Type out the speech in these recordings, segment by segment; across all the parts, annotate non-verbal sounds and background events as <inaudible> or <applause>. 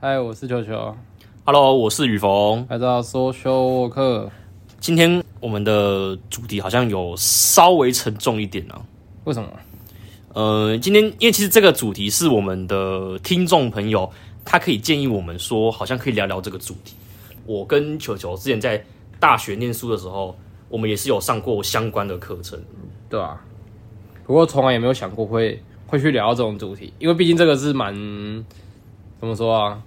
嗨，我是球球， Hello，我是雨逢。来到 Social Work。今天我们的主题好像有稍微沉重一点啊。为什么？呃，今天因为其实这个主题是我们的听众朋友，他可以建议我们说，好像可以聊聊这个主题。我跟球球之前在大学念书的时候，我们也是有上过相关的课程。对啊，不过从来也没有想过会会去聊到这种主题，因为毕竟这个是蛮怎么说啊？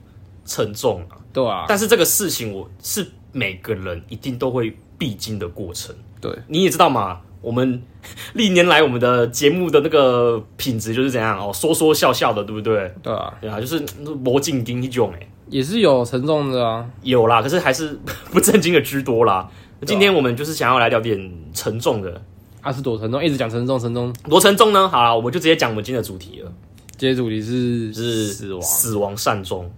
沉重啊，对啊，但是这个事情我是每个人一定都会必经的过程。对，你也知道嘛，我们 <laughs> 历年来我们的节目的那个品质就是怎样哦，说说笑笑的，对不对？对啊，对啊，就是魔镜丁一种哎，也是有沉重的啊。有啦，可是还是 <laughs> 不正经的居多啦。今天我们就是想要来聊点沉重的，啊，是多沉重，一直讲沉重，沉重。多沉重呢？好啦，我们就直接讲我们今天的主题了，今天主题是就是死亡。死亡善终。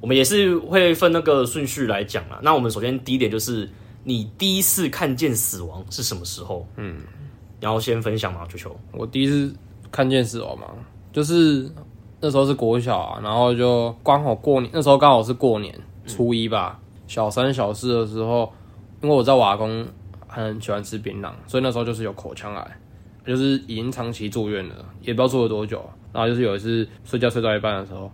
我们也是会分那个顺序来讲啦。那我们首先第一点就是，你第一次看见死亡是什么时候？嗯，然后先分享嘛，球球。我第一次看见死亡嘛，就是那时候是国小啊，然后就刚好过年，那时候刚好是过年初一吧，小三小四的时候，因为我在瓦工很喜欢吃槟榔，所以那时候就是有口腔癌，就是已经长期住院了，也不知道住了多久。然后就是有一次睡觉睡到一半的时候，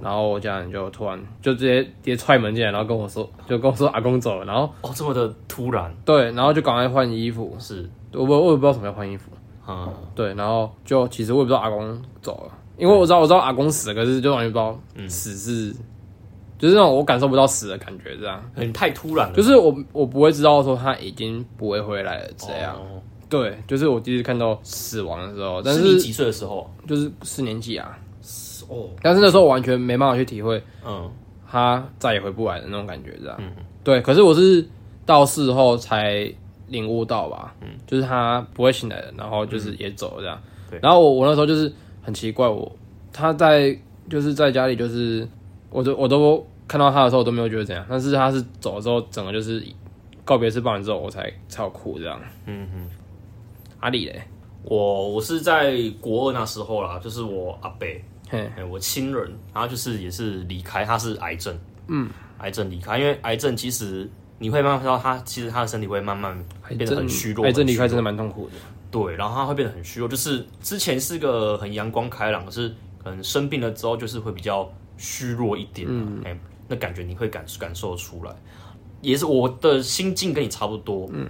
然后我家人就突然就直接直接踹门进来，然后跟我说，就跟我说阿公走了，然后哦，这么的突然对，然后就赶快换衣服，是，我不我也不知道什么要换衣服。嗯，对，然后就其实我也不知道阿公走了，因为我知道我知道阿公死了，可是就完全不知嗯道死是，就是那种我感受不到死的感觉，这样很太突然了，就是我我不会知道说他已经不会回来了这样。哦对，就是我第一次看到死亡的时候，但是你是几岁的时候？就是四年级啊，哦，但是那时候我完全没办法去体会嗯，他再也回不来的那种感觉，这样。对，可是我是到事后才领悟到吧，嗯就是他不会醒来的，然后就是也走了这样。嗯对然后我我那时候就是很奇怪，我他在就是在家里就是我都我都看到他的时候我都没有觉得怎样，但是他是走了之后，整个就是告别式办完之后，我才才有哭这样。嗯嗯，阿里嘞，我我是在国二那时候啦，就是我阿伯，嘿，哎，我亲人，然后就是也是离开，他是癌症，嗯，癌症离开，因为癌症其实你会慢慢知道他，其实他的身体会慢慢变得很虚弱，癌症很离虚哎开真的蛮痛苦的。对，然后他会变得很虚弱，就是之前是个很阳光开朗，可是可能生病了之后就是会比较虚弱一点、嗯，哎、那感觉你会感感受出来，也是我的心境跟你差不多，嗯，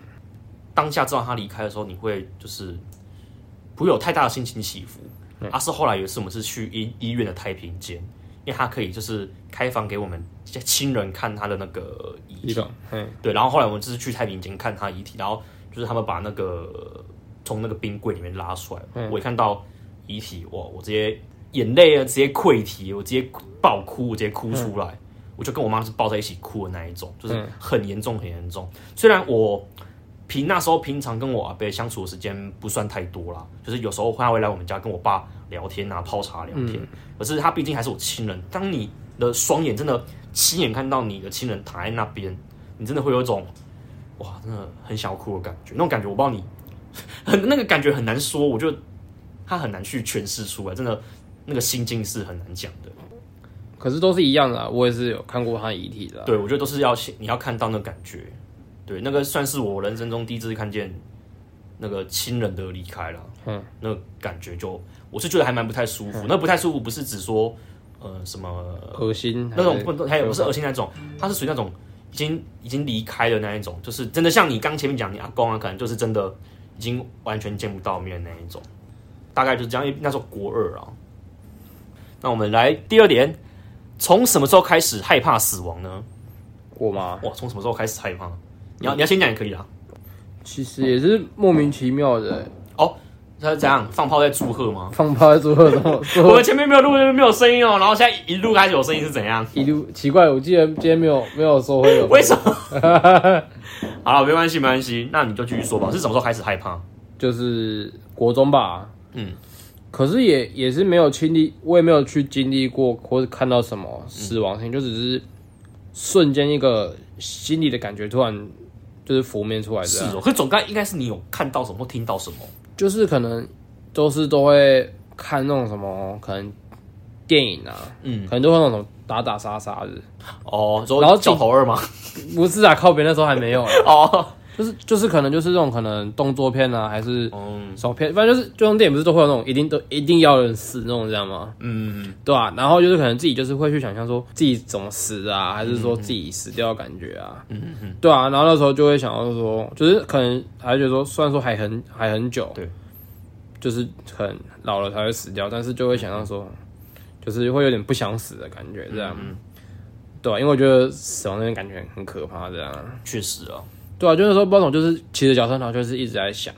当下知道他离开的时候，你会就是不会有太大的心情起伏，而、是后来有一次我们是去医医院的太平间，因为他可以就是开房给我们亲人看他的那个遗体李总，嘿，对，然后后来我们就是去太平间看他遗体，然后就是他们把那个从那个冰柜里面拉出来，我一看到遗体，哇，我直接眼泪啊，直接溃堤，我直接爆哭，我直接哭出来，我就跟我妈是抱在一起哭的那一种，就是很严重，很严重。虽然我平那时候平常跟我阿伯相处的时间不算太多啦，就是有时候他会来我们家跟我爸聊天啊，泡茶聊天。可是他毕竟还是我亲人，当你的双眼真的亲眼看到你的亲人躺在那边，你真的会有一种哇，真的很想要哭的感觉。那种感觉我不知道你 <laughs> 很那个感觉很难说，我就他很难去诠释出来，真的那个心境是很难讲的。可是都是一样的啊，我也是有看过他的遗体的啊。对，我觉得都是要先你要看到那感觉，对，那个算是我人生中第一次看见那个亲人的离开了，嗯，那个感觉就我是觉得还蛮不太舒服。那不太舒服不是指说呃什么恶心那种还是不能还有不是恶心那种，他是属于那种已经已经离开的那一种，就是真的像你刚前面讲你阿公啊，可能就是真的已经完全见不到面那一种，大概就是这样。因为那时候国二啊，那我们来第二点，从什么时候开始害怕死亡呢？我吗？哇，从什么时候开始害怕？你要你要先讲也可以啊啦。其实也是莫名其妙的、他是怎样放炮在祝贺吗？放炮在桌子上，<laughs> <laughs> 我说们前面没有录，没有声音哦，然后现在一路开始有声音是怎样？一路奇怪，我记得今天没有没有说会有，为 <laughs> 什么？好了，没关系，没关系，那你就继续说吧。是什么时候开始害怕？就是国中吧，嗯，可是也也是没有经历，我也没有去经历过或者看到什么嗯死亡性，就只是瞬间一个心里的感觉突然就是啊浮面出来这是样，哦，可是总该应该是你有看到什么或听到什么，就是可能都是都会看那种什么可能电影啊，嗯，可能都会那种打打杀杀的。哦，你说然后角头二吗？不是啊，靠边那时候还没有啦， <laughs> <laughs> 哦，就是就是可能就是这种可能动作片啊，还是嗯手片，反正就是就种电影不是都会有那种一定都一定要有人死那种，知道吗？嗯，对啊，然后就是可能自己就是会去想象说自己怎么死啊，还是说自己死掉的感觉啊，嗯嗯，对啊，然后那时候就会想到说，就是可能还是觉得说，虽然说还很还很久，对，就是很老了才会死掉，但是就会想到说，就是会有点不想死的感觉，这样，嗯对啊，因为我觉得死亡那边感觉很可怕，这样，确实啊，对对啊，就是说包总就是骑着脚踏车，然后就是一直在想，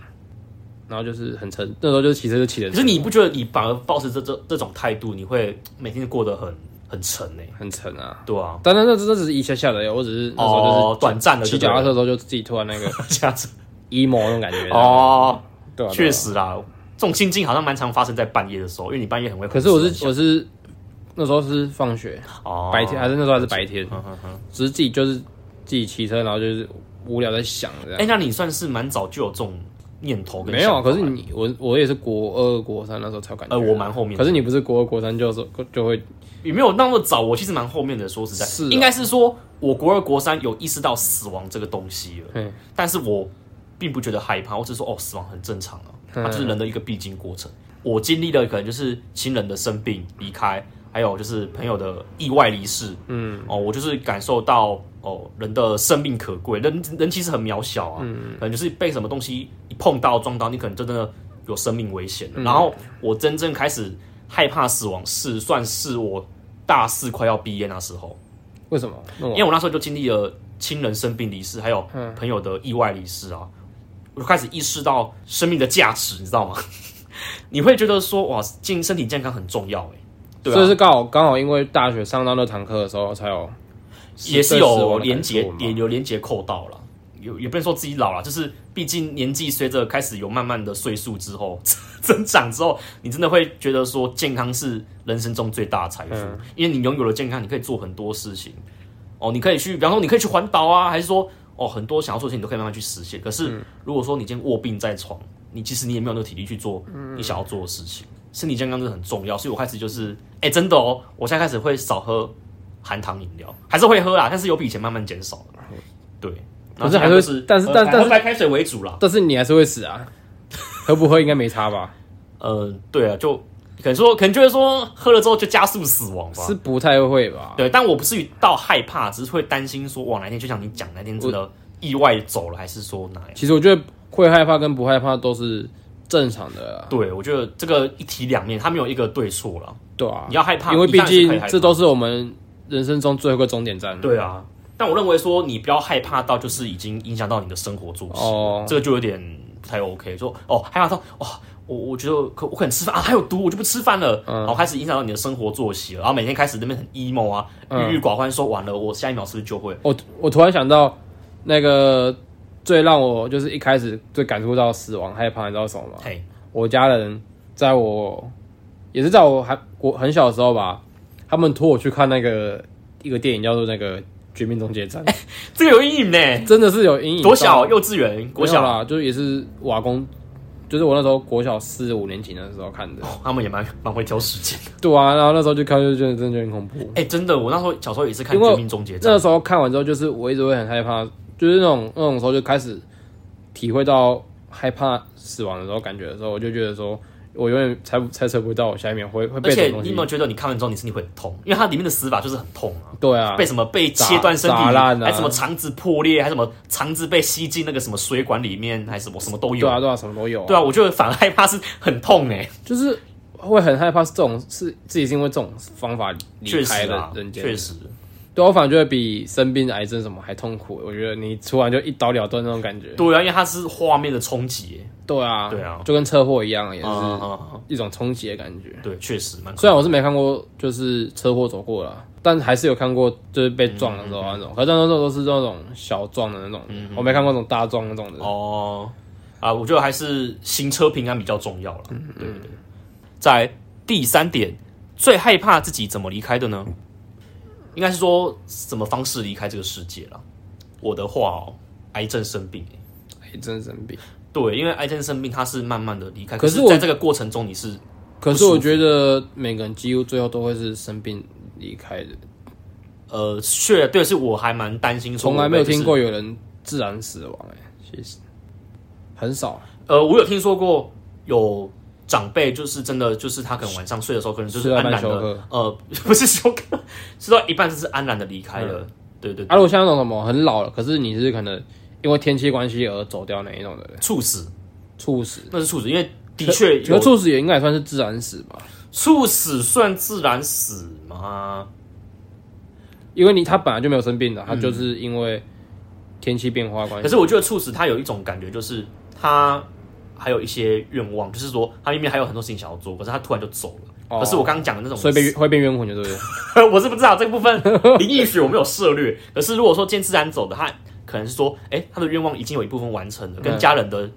然后就是很沉，那时候就是骑车就骑着可，是你不觉得你反而保持这这这种态度，你会每天过得很很沉呢、很沉啊。对啊，但那那那只是一下下的，我只是那时候就是哦短暂的骑就脚对踏了车的时候就自己突然那 <laughs> 个这 <laughs> 样子 emo 那种感觉。哦，对啊，对啊确。实啦，这种心境好像蛮常发生在半夜的时候，因为你半夜很会。可是我是我是那时候是放学，哦，嗯白天还是那时候还是白天，只是自己就是自己骑车，然后就是无聊在想这哎、样。那你算是蛮早就有这种念头跟没有啊，想法可是你我我也是国二国三那时候才有感觉。啊呃我蛮后面的可是你不是国二国三就是就会也没有那么早，我其实蛮后面的。说实在，是啊应该是说我国二、国三有意识到死亡这个东西了，嗯但是我并不觉得害怕，我只是说哦，死亡很正常啊，它就是人的一个必经过程。我经历了可能就是亲人的生病、离开，还有就是朋友的意外离世，嗯，哦，我就是感受到哦，人的生命可贵，人人其实很渺小啊，嗯可能就是被什么东西一碰到撞到，你可能就真的有生命危险了。嗯然后我真正开始害怕死亡是算是我大四快要毕业那时候，为什么？那因我为我那时候就经历了亲人生病离世，还有嗯朋友的意外离世啊，我就开始意识到生命的价值，你知道吗？ <laughs> 你会觉得说哇，健身体健康很重要哎、对所以啊，是刚好刚好因为大学上到那堂课的时候才有，也是对死有亡的连感触结嘛，也有连结扣到了。有也不能说自己老了，就是毕竟年纪随着开始有慢慢的岁数之后 <laughs> 增长之后，你真的会觉得说健康是人生中最大的财富，嗯因为你拥有了健康，你可以做很多事情。哦，你可以去，比方说你可以去环岛啊，还是说哦很多想要做的事情你都可以慢慢去实现。可嗯是如果说你今天卧病在床，你其实你也没有那个体力去做你想要做的事情，身体健康真的很重要。所以我开始就是，哎、真的哦，我现在开始会少喝含糖饮料，还是会喝啦，啊但是有比以前慢慢减少了。对，然后可是还是现在会就是，但是但喝但是喝白开水为主啦。但是你还是会死 <laughs> 啊，喝不喝应该没差吧？呃，对啊，就可能说，可能就是说喝了之后就加速死亡吧。是不太会吧？对，但我不至于到害怕，只是会担心说，哇，哪天就像你讲，哪天真的意外走了，还是说哪样？其实我觉得会害怕跟不害怕都是正常的啦，对，我觉得这个一体两面，它没有一个对错了。对啊，你要害怕因为毕一样是可以竟害怕这都是我们人生中最后一个终点站。对啊，但我认为说你不要害怕到就是已经影响到你的生活作息，哦，这个就有点不太 OK 说。哦，害怕到哇、我我觉得可我可能吃饭啊，还有毒，我就不吃饭了，嗯然后开始影响到你的生活作息了，然后每天开始那边很 emo 啊，嗯郁郁寡欢，说完了，我下一秒是不是就会？我我突然想到那个最让我就是一开始最感触到死亡害怕，你知道什么吗？嘿，我家人在我也是在我还我很小的时候吧，他们拖我去看那个一个电影叫做那个《绝命终结战》， <laughs> 这个有阴影呢。真的是有阴影。多小？幼稚园、国国小小，啦，就是也是我阿公，就是我那时候国小四五年级的时候看的。他们也蛮蛮会挑时间。对啊，然后那时候就看就觉得真的很恐怖。哎、真的，我那时候小时候也是看因《为绝命终结战》那时候看完之后，就是我一直会很害怕，就是那种那种时候就开始体会到害怕死亡的时候感觉的时候，我就觉得说，我永远猜不猜测不到我下一秒会会而被且什么东你西有没。有觉得你看完之后你身体会很痛？因为它里面的死法就是很痛啊，对啊被，什么被切断身体，砸砸烂啊还什么肠子破裂，还什么肠子被吸进那个什么水管里面，还什么什么都有。对啊，对啊，什么都有、对啊，我就反而害怕是很痛哎、就是会很害怕是这种是自己是因为这种方法离确开实了啊人，间。确实。对啊我反而觉得比生病、癌症什么还痛苦。我觉得你突然就一刀了断那种感觉。对啊，因为它是画面的冲击对啊，对啊就跟车祸一样，也欸，啊、是啊一种冲击的感觉。对，确实蛮。虽然我是没看过就是车祸走过啦，但还是有看过就是被撞的时候啊嗯那种，可是那时候都是那种小撞的那种，我没看过那种大撞那种的。哦，啊，我觉得还是行车平安比较重要了。嗯对对对。在第三点，最害怕自己怎么离开的呢？应该是说什么方式离开这个世界了。我的话哦，癌症生病、癌症生病，对，因为癌症生病它是慢慢的离开，可可是是我在这个过程中你是可是我觉得每个人几乎最后都会是生病离开的，呃，确对，是我还蛮担心说从我来没有被就是听过有人自然死亡、欸，其实很少，呃，我有听说过有长辈，就是真的，就是他可能晚上睡的时候，可能就是吃到安半然休的克，呃，不是休克，吃到一半就是安然的离开了。对对啊，对，如果像那种什么很老了，可是你是可能因为天气关系而走掉那一种的人，猝死，猝死，那是猝死，因为的确可有是猝死也应该也算是自然死吧？猝死算自然死吗？因为你他本来就没有生病的，他就是因为天气变化的关可系，是我觉得猝死他有一种感觉，就是他还有一些愿望，就是说他明明还有很多事情想要做，可是他突然就走了。哦可是我刚刚讲的那种，所以被会变冤魂的，对不对？ <laughs> 我是不知道这个部分灵异学我没有涉略，可是如果说见自然走的，他可能是说，哎、他的愿望已经有一部分完成了，跟嗯家人的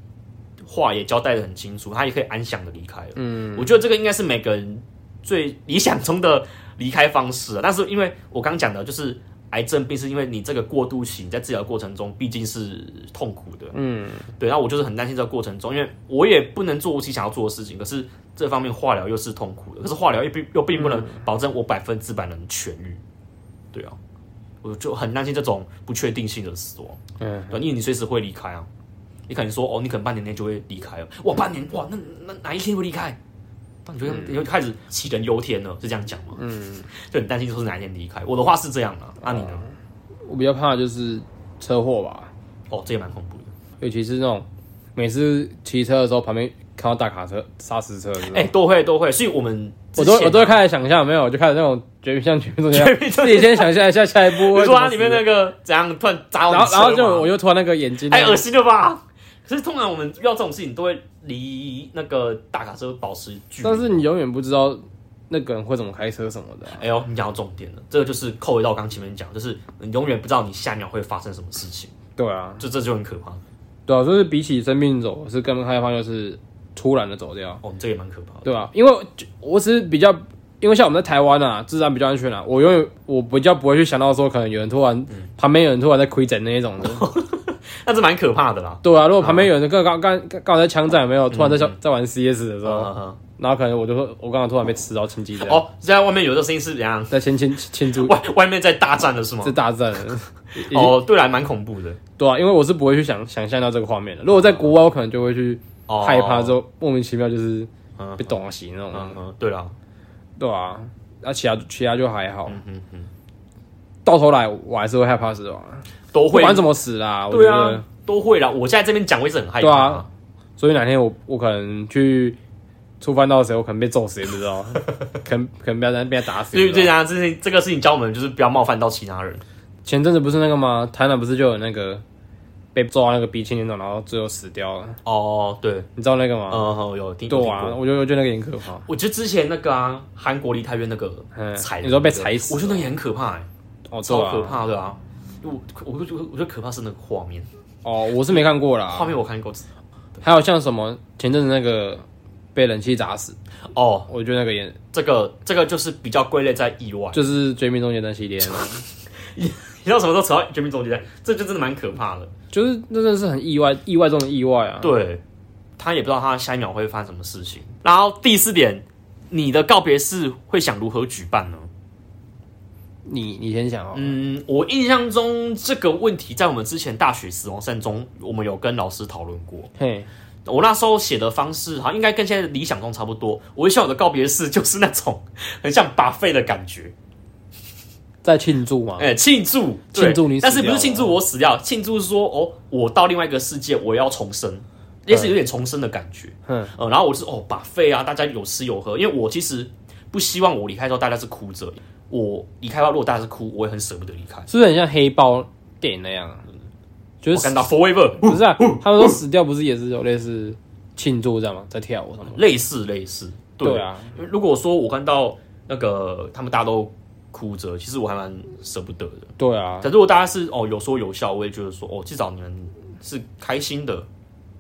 话也交代的很清楚，他也可以安详的离开了。嗯，我觉得这个应该是每个人最理想中的离开方式啊。但是因为我刚讲的，就是癌症病是因为你这个过渡期，你在治疗过程中毕竟是痛苦的。嗯，对，然后我就是很担心这个过程中，因为我也不能做我自己想要做的事情，可是这方面化疗又是痛苦的，可是化疗又并又并不嗯能保证我百分之百能痊愈，对啊，我就很担心这种不确定性的死亡，嗯，对啊因为你随时会离开啊，你可能说哦，你可能半年内就会离开了，哇，半年哇，那那哪一天会离开？那你就嗯你就开始杞人忧天了，是这样讲吗？嗯， <laughs> 就很担心说是哪一天离开。我的话是这样啊，那、你呢？我比较怕的就是车祸吧，哦，这也蛮恐怖的。尤其是那种每次骑车的时候旁边看到大卡车、砂石车的时候，哎、都会都会，所以我们啊我之都前啊我都会开始想象，没有，我就开始那种绝命像绝 <laughs> 命终结绝命终自己先想象一下下一 <laughs> 步你会怎么死。说啊它里面那个怎样突然砸到然你后车然后就嘛我又突然那个眼睛，太恶心了吧！可是通常我们遇到这种事情，都会离那个大卡车保持距离。但是你永远不知道那个人会怎么开车什么的啊、哎呦，你讲到重点了，这个就是扣回到我刚前面讲，就是你永远不知道你下一秒会发生什么事情，对啊，这这就很可怕。对啊，就是比起生病走，我是更害怕就是突然的走掉，哦，这个也蛮可怕的。对吧、因为就我只是比较，因为像我们在台湾啊，治安比较安全啊，我永远我比较不会去想到说可能有人突然、嗯旁边有人突然在亏整那一种 <laughs> 的。那这蛮可怕的啦。对啊，如果旁边有人刚刚刚刚好在枪战有没有，突然在在在玩 CS 的时候，嗯嗯然后可能我就说我刚刚突然被吃到亲戚这嗯样，哦，现在外面有这声音是怎样？在先庆庆祝外外面在大战了是吗这？大战了。已经哦，对啦，蛮恐怖的。对啊，因为我是不会去想想象到这个画面的。如果在国外，我可能就会去哦，害怕之后、莫名其妙就是嗯被懂洗那种，嗯嗯，对啦，对啊，那其他其他就还好，嗯嗯嗯，到头来我还是会害怕死亡啊，都不会。管怎么死啦，我觉对得，啊，都会啦。我现在这边讲，我也是很害怕。对啊所以哪天我我可能去触犯到谁，我可能被揍死也不知 <laughs> 道，可能可能被人被人打死所也以不知这道。样，这件这个事情教我们就是不要冒犯到其他人。前阵子不是那个吗？台南不是就有那个被揍到那个鼻青脸肿，然后最后死掉了，哦，对，你知道那个吗？嗯，哼有听有对听啊，过。我觉得我觉得那个也很可怕。我觉得之前那个啊，韩国梨泰院那个嗯踩的那个，你说被踩死我觉得那也很可怕、欸，哦，对超啊可怕的啊！我我我觉得我觉得可怕是那个画面，哦，我是没看过啦画。面我看过还有像什么前阵子那个被冷气砸死，哦，我觉得那个也这个这个就是比较归类在意外。就是《追命终结战》 <laughs> 系列嘛，你知道什么时候扯到绝命终结战，这就真的蛮可怕的。就是那真的是很意外，意外中的意外啊。对他也不知道他下一秒会发生什么事情。然后第四点，你的告别式会想如何举办呢？你你先想哦，嗯，我印象中这个问题在我们之前大学死亡山中，我们有跟老师讨论过。嘿，我那时候写的方式，好像应该跟现在的理想中差不多。我一想我的告别式就是那种很像把废的感觉，在庆祝嘛，哎、庆祝对啊庆祝你死掉但是不是庆祝我死掉，庆祝是说哦，我到另外一个世界，我要重生，也是有点重生的感觉。嗯，呃，然后我是哦把废啊，大家有吃有喝，因为我其实不希望我离开之后大家是哭着，我离开的话如果大家是哭，我也很舍不得离开。是不是很像黑豹电影那样啊？就我是看到 forever，不是啊？他们说死掉不是也是有类似庆祝这样吗？在跳舞什么的？类似类似，对啊，如果说我看到那个他们大家都哭着，其实我还蛮舍不得的。对啊，但如果大家是哦有说有笑，我也觉得说哦，至少你们是开心的。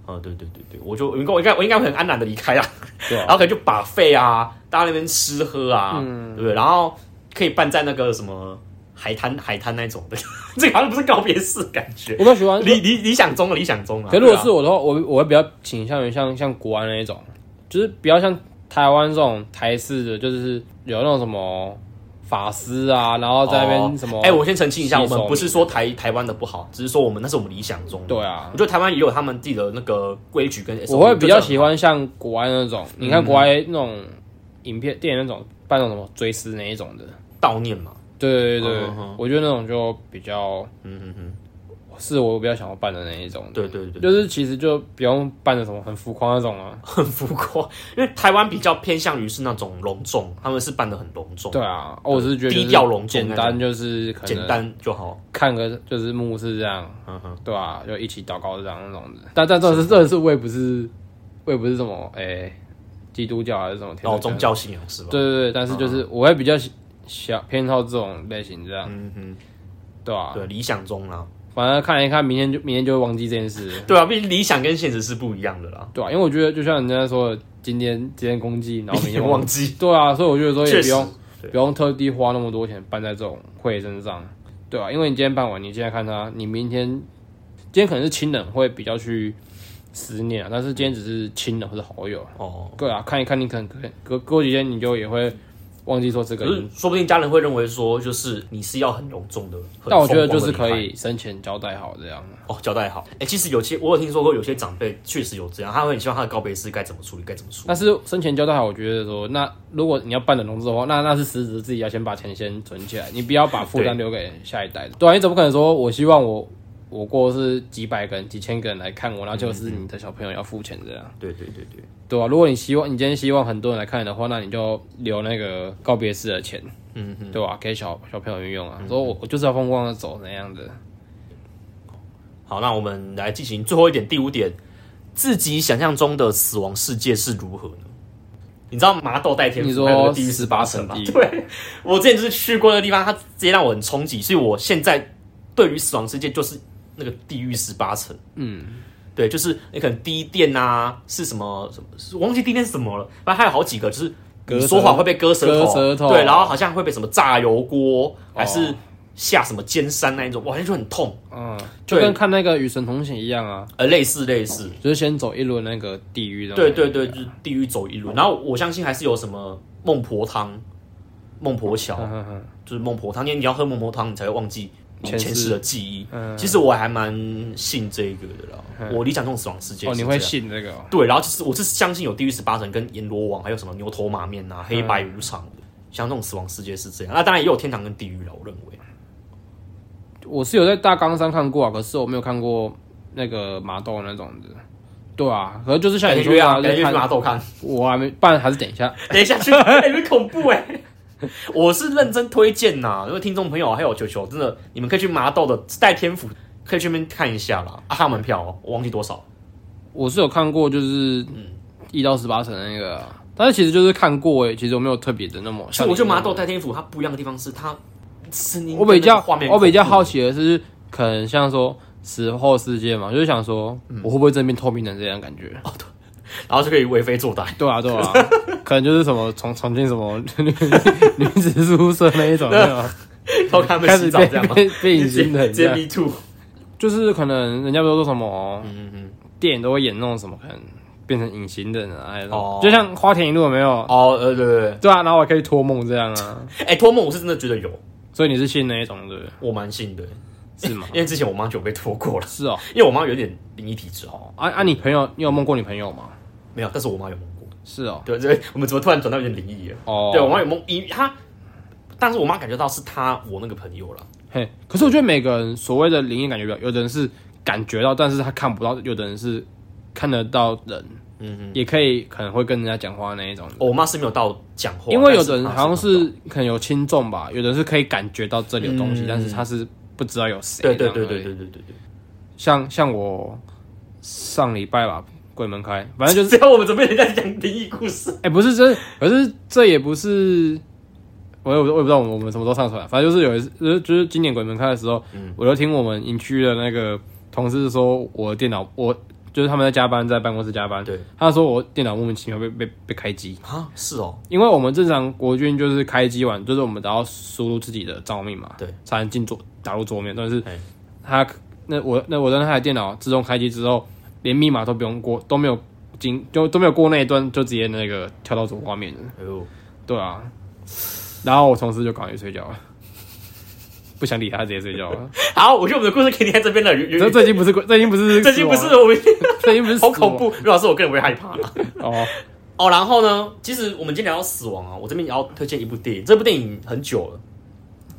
啊、对对对对，我就我应该我应该我应该会很安然的离开啊，对然啊，后可能就把费啊，大家那边吃喝啊，嗯对不对？然后可以办在那个什么海滩海滩那种的， <laughs> 这个好像不是告别式的感觉，我比较喜欢。理理理想中的理想中啊。可如果是对啊我的话，我我会比较倾向于像像国安那一种，就是比较像台湾这种台式的，就是有那种什么法师啊，然后在那边什么，哎、我先澄清一下，我洗手们不是说台台湾的不好，只是说我们那是我们理想中的。对啊我觉得台湾也有他们自己的那个规矩跟 SOP。我会比较喜欢像国外那种，你看国外那种影片、电影那种办那种什么追思那一种的，悼念嘛，对对对对嗯哼我觉得那种就比较嗯嗯嗯，是我比较想要办的那一种，对对对，就是其实就不用办的什么很浮夸那种啊，很浮夸，因为台湾比较偏向于是那种隆重，他们是办的很隆重，对啊，我是觉得就是哦低调隆重简单就是可简能单就好。看个就是牧师这样，嗯哼，对啊，就一起祷告这样那种的，但但这是这是我也不是我也不是什么哎、基督教还是什么天主然后宗教信仰是吧？对对对，但是就是我会比较喜想偏好这种类型，这样，嗯哼，对吧、对，理想中啦，反正看一看，明天就明天就会忘记这件事，对啊，毕竟理想跟现实是不一样的 <laughs> 啦，对吧、啊因为我觉得就像人家说的，今天今天攻击，然后明你也天忘忘，记，对啊，所以我觉得说也确不实用对不用特地花那么多钱办在这种会身上，对啊吧、因为你今天办完，你现在看他，你明天今天可能是亲人会比较去思念啊，但是今天只是亲人或者好友，哦。对啊，看一看，你可能可能隔隔几天你就也会忘记说这个可因是，说不定家人会认为说，就是你是要很隆重的，很但我觉得就风是光的可离开以生前交代好这样。哦，交代好。哎、其实有些我有听说过，有些长辈确实有这样，他会很希望他的告别式该怎么处理，该怎么处理。但是生前交代好，我觉得说，那如果你要办冷融资的话，那那是实质自己要先把钱先存起来，你不要把负担留给下一代。对啊，你怎么可能说我希望我我过是几百个人、几千个人来看我，那就是嗯你的小朋友要付钱这样，对对对对，对啊，如果你希望你今天希望很多人来看你的话，那你就留那个告别式的钱，嗯对吧、给小小朋友运用啊，说我我就是要风光的走那样的。好，那我们来进行最后一点，第五点，自己想象中的死亡世界是如何呢？你知道麻豆代天府你说还有那个地狱十八八层层吗地？狱对，我之前就是去过那个地方，它直接让我很冲击，所以我现在对于死亡世界就是那个地狱十八层。嗯，对，就是你可能低电啊，是什么什么，是我忘记低电是什么了。反正还有好几个，就是割你说谎会被割舌头，割哦舌头对，然后好像会被什么炸油锅，还是下什么尖山那一种，哇，那就很痛。嗯，就跟看那个《与神同行》一样啊，呃，类似类似，就是先走一轮那个地狱的。对对对，就是地狱走一嗯路。然后我相信还是有什么孟婆汤、孟婆桥，嗯，嗯嗯就是孟婆汤，因为你要喝孟婆汤，你才会忘记你前世前世的记忆。嗯其实我还蛮信这个的啦，我理想中的死亡世界哦，是你这会样信这个、哦？对，然后就是我是相信有地狱十八层跟阎罗王，还有什么牛头马面啊、黑白无常嗯的，像这种死亡世界是这样。那当然也有天堂跟地狱了，我认为。我是有在大纲上看过啊，可是我没有看过那个麻豆那种的。对啊，可是就是像感你觉说去的、啊，感就觉是去看麻豆看。我还没，不然还是等一下。 <laughs> 等一下去，哎、很恐怖哎、我是认真推荐呐，因为听众朋友还有球球，真的你们可以去麻豆的代天府，可以去那边看一下啦。啊，他门票、哦、我忘记多少，我是有看过，就是嗯一到十八层那个啊，但是其实就是看过诶、欸其实我没有特别的那么。所以我觉得麻麻豆代天府它不一样的地方是它声音，我比较画面，我比较好奇，奇的是，可能像说死后世界嘛，就是想说嗯我会不会真变透明人这样感觉？哦然后就可以为非作 <laughs> 歹。对啊，对啊，可能就是什么重重庆什么女 <laughs> 女子宿舍那一 <laughs> 种，对吧？偷看他开们始洗澡被这样吗？被被隐直接形人 <laughs> 这直接样， me too。就是可能人家不是说什么嗯嗯。电影都会演那种什么，可能变成隐形人啊，还是什么哦就像花田一路有没有？哦，呃，对对对，对啊，然后我可以托梦这样啊，哎、托梦我是真的觉得有，所以你是信那一种对不对？我蛮信的，是吗 <laughs> ？因为之前我妈就有被托过了，是哦，因为我妈有点灵异体质哦，啊啊，你朋友你有梦过你朋友吗？没有，但是我妈有梦过。是哦，对对，我们怎么突然转到有点灵异了？哦，对我妈有梦，因她，但是我妈感觉到是她我那个朋友了，嘿，可是我觉得每个人所谓的灵异感觉表，有的人是感觉到，但是他看不到；有的人是看得到人，嗯嗯，也可以可能会跟人家讲话那一种的。哦我妈是没有到讲话，因为有啊但的人她好像看得是可能有轻重吧，有的人是可以感觉到这里有东西，嗯但是他是不知道有谁。到，对对对对这样而已。对对对对，像像我上礼拜吧，鬼门开，反正就是 <laughs> 只要啊我们准备人家讲灵异故 <laughs> 事，哎、不是这，可是这也不是，我也我也不知道我们我们什么时候上传，啊反正就是有一次，就是就是今年鬼门开的时候，嗯我就听我们营区的那个同事说，我的电脑我就是他们在加班，在办公室加班，对，他说我电脑莫名其妙被被被开机，啊，是哦，因为我们正常国军就是开机完，就是我们只要输入自己的账密码，对，才能进桌打入桌面，但是嘿他那我那我的那台电脑自动开机之后，连密码都不用过，都没有哦经就都没有过那一段，就直接那个跳到主画面了。哎呦，对啊，然后我从此就赶快去睡觉了， <laughs> 不想理他，直接睡觉了。 <laughs> 好，我觉得我们的故事可以停在这边了。有这有这已经不是鬼，这已经不是， <laughs> 这已经不是，我们，这已经不是死好亡，恐怖。刘老师，我个人不会害怕啦。哦。哦，然后呢，其实我们今天聊到死亡啊，我这边也要推荐一部电影，这部电影很久了，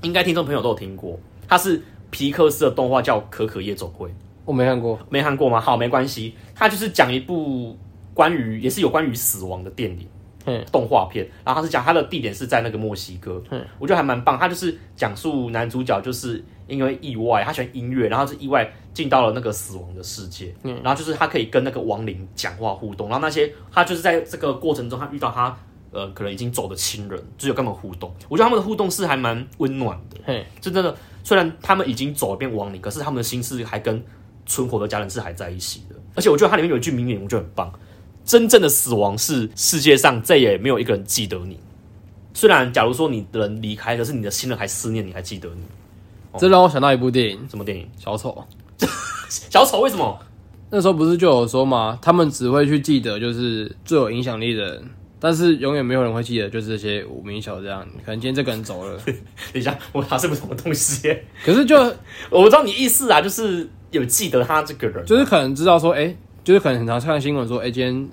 应该听众朋友都有听过，它是皮克斯的动画叫《可可夜总会》。我没看过，没看过吗？好，没关系，它就是讲一部关于也是有关于死亡的电影，嗯，动画片。然后它是讲它的地点是在那个墨西哥，嗯，我觉得还蛮棒。它就是讲述男主角就是因为意外，他喜欢音乐，然后是意外进到了那个死亡的世界，嗯，然后就是他可以跟那个亡灵讲话互动，然后那些他就是在这个过程中，他遇到他。呃，可能已经走的亲人，就有跟他们互动。我觉得他们的互动是还蛮温暖的，嘿，是真的，虽然他们已经走了变亡灵，可是他们的心思还跟存活的家人是还在一起的。而且我觉得它里面有一句名言，我觉得很棒：真正的死亡是世界上再也没有一个人记得你。虽然假如说你的人离开，可是你的亲人还思念你，还记得你。这让我想到一部电影《什么电影？小丑》。小丑为什么？ <laughs> 那时候不是就有说嘛，他们只会去记得就是最有影响力的人，但是永远没有人会记得就是这些无名小这样。可能今天这个人 <laughs> 走了，等一下，我打是不是什么东西耶？可是就我知道你意思啊，就是有记得他这个人，就是可能知道说，哎、就是可能很常看新闻说，哎、今天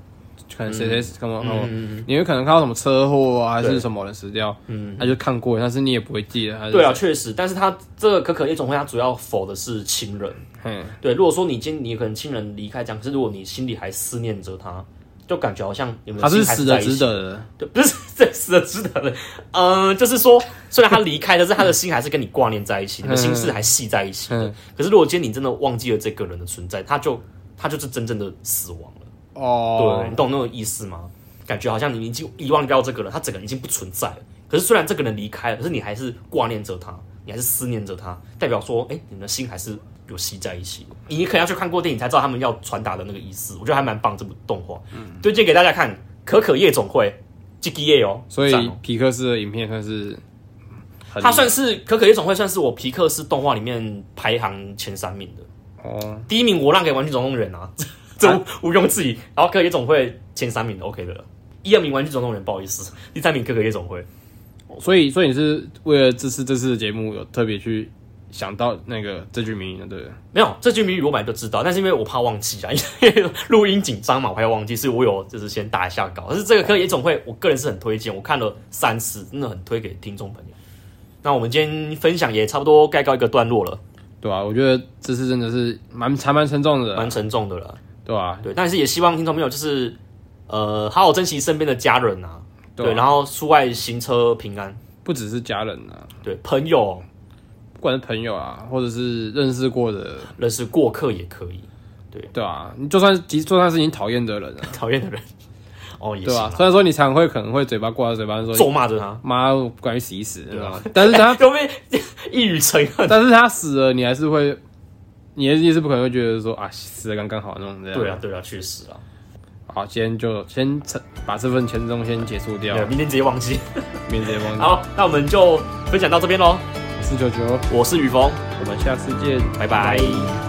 可能谁谁什么什嗯么，你有可能看到什么车祸啊，还是对什么人死掉，嗯，他就看过，但是你也不会记得他是。对啊，，确实。但是他这个可可夜总会，他主要否的是亲人。嗯，对，如果说你今你可能亲人离开这样，可是如果你心里还思念着他，就感觉好像你们他是心还死在的一起值，得的，对，不是这死的值得的，嗯、就是说虽然他离开，但是他的心还是跟你挂念在一起，你们心事还系在一起的嗯。可是如果今天你真的忘记了这个人的存在，他就他就是真正的死亡了。哦对，你，懂那种意思吗？感觉好像你已经遗忘掉这个人，他整个人已经不存在了。可是虽然这个人离开了，可是你还是挂念着他，你还是思念着他，代表说，哎、你们的心还是有系在一起。你可能要去看过电影才知道他们要传达的那个意思。我觉得还蛮棒这部动画，推荐给大家看《可可夜总会》这个夜哦，所以赞哦皮克斯的影片算是很，它算是《可可夜总会》，算是我皮克斯动画里面排行前三名的。哦，第一名我让给《玩具总动员》啊，这 <laughs> 这毋毋庸置疑。然后可可夜总会前三名的 OK 的了，一二名《玩具总动员》不好意思，第三名可可夜总会。所以所以你是为了这次这次的节目有特别去想到那个这句名言的，对不对？没有这句谜语我本来就知道，但是因为我怕忘记啊， <laughs> 因为录音紧张嘛，我还忘记，所以我有就是先打一下稿。但是这个可可夜总会，我个人是很推荐，我看了三次，真的很推给听众朋友。那我们今天分享也差不多该告一个段落了，对啊，我觉得这次真的是蛮还蛮沉重的啊，蛮沉重的了。对啊，对，但是也希望听众朋友就是呃，好好珍惜身边的家人啊，对啊对，然后出外行车平安。不只是家人啊，对，朋友、不管是朋友啊，或者是认识过的，认识过客也可以， <laughs> 对啊，你就算即就算是你讨厌的人啊，讨厌的人哦也对啊行吧、啦，虽然说你常会可能会嘴巴挂在嘴巴说咒骂着他， <laughs> 妈，我不管你死一死，对对吧啊？但是他都被一语成恨。但是他死了，你还是会，你也是不可能会觉得说啊，死的刚刚好那种这样。对啊，，对啊，确实啊，好，今天就先沉把这份沉重先结束掉对，，明啊天直接忘记。免得忘记。好，那我们就分享到这边喽。四九九，我是雨峰，我们下次见。拜拜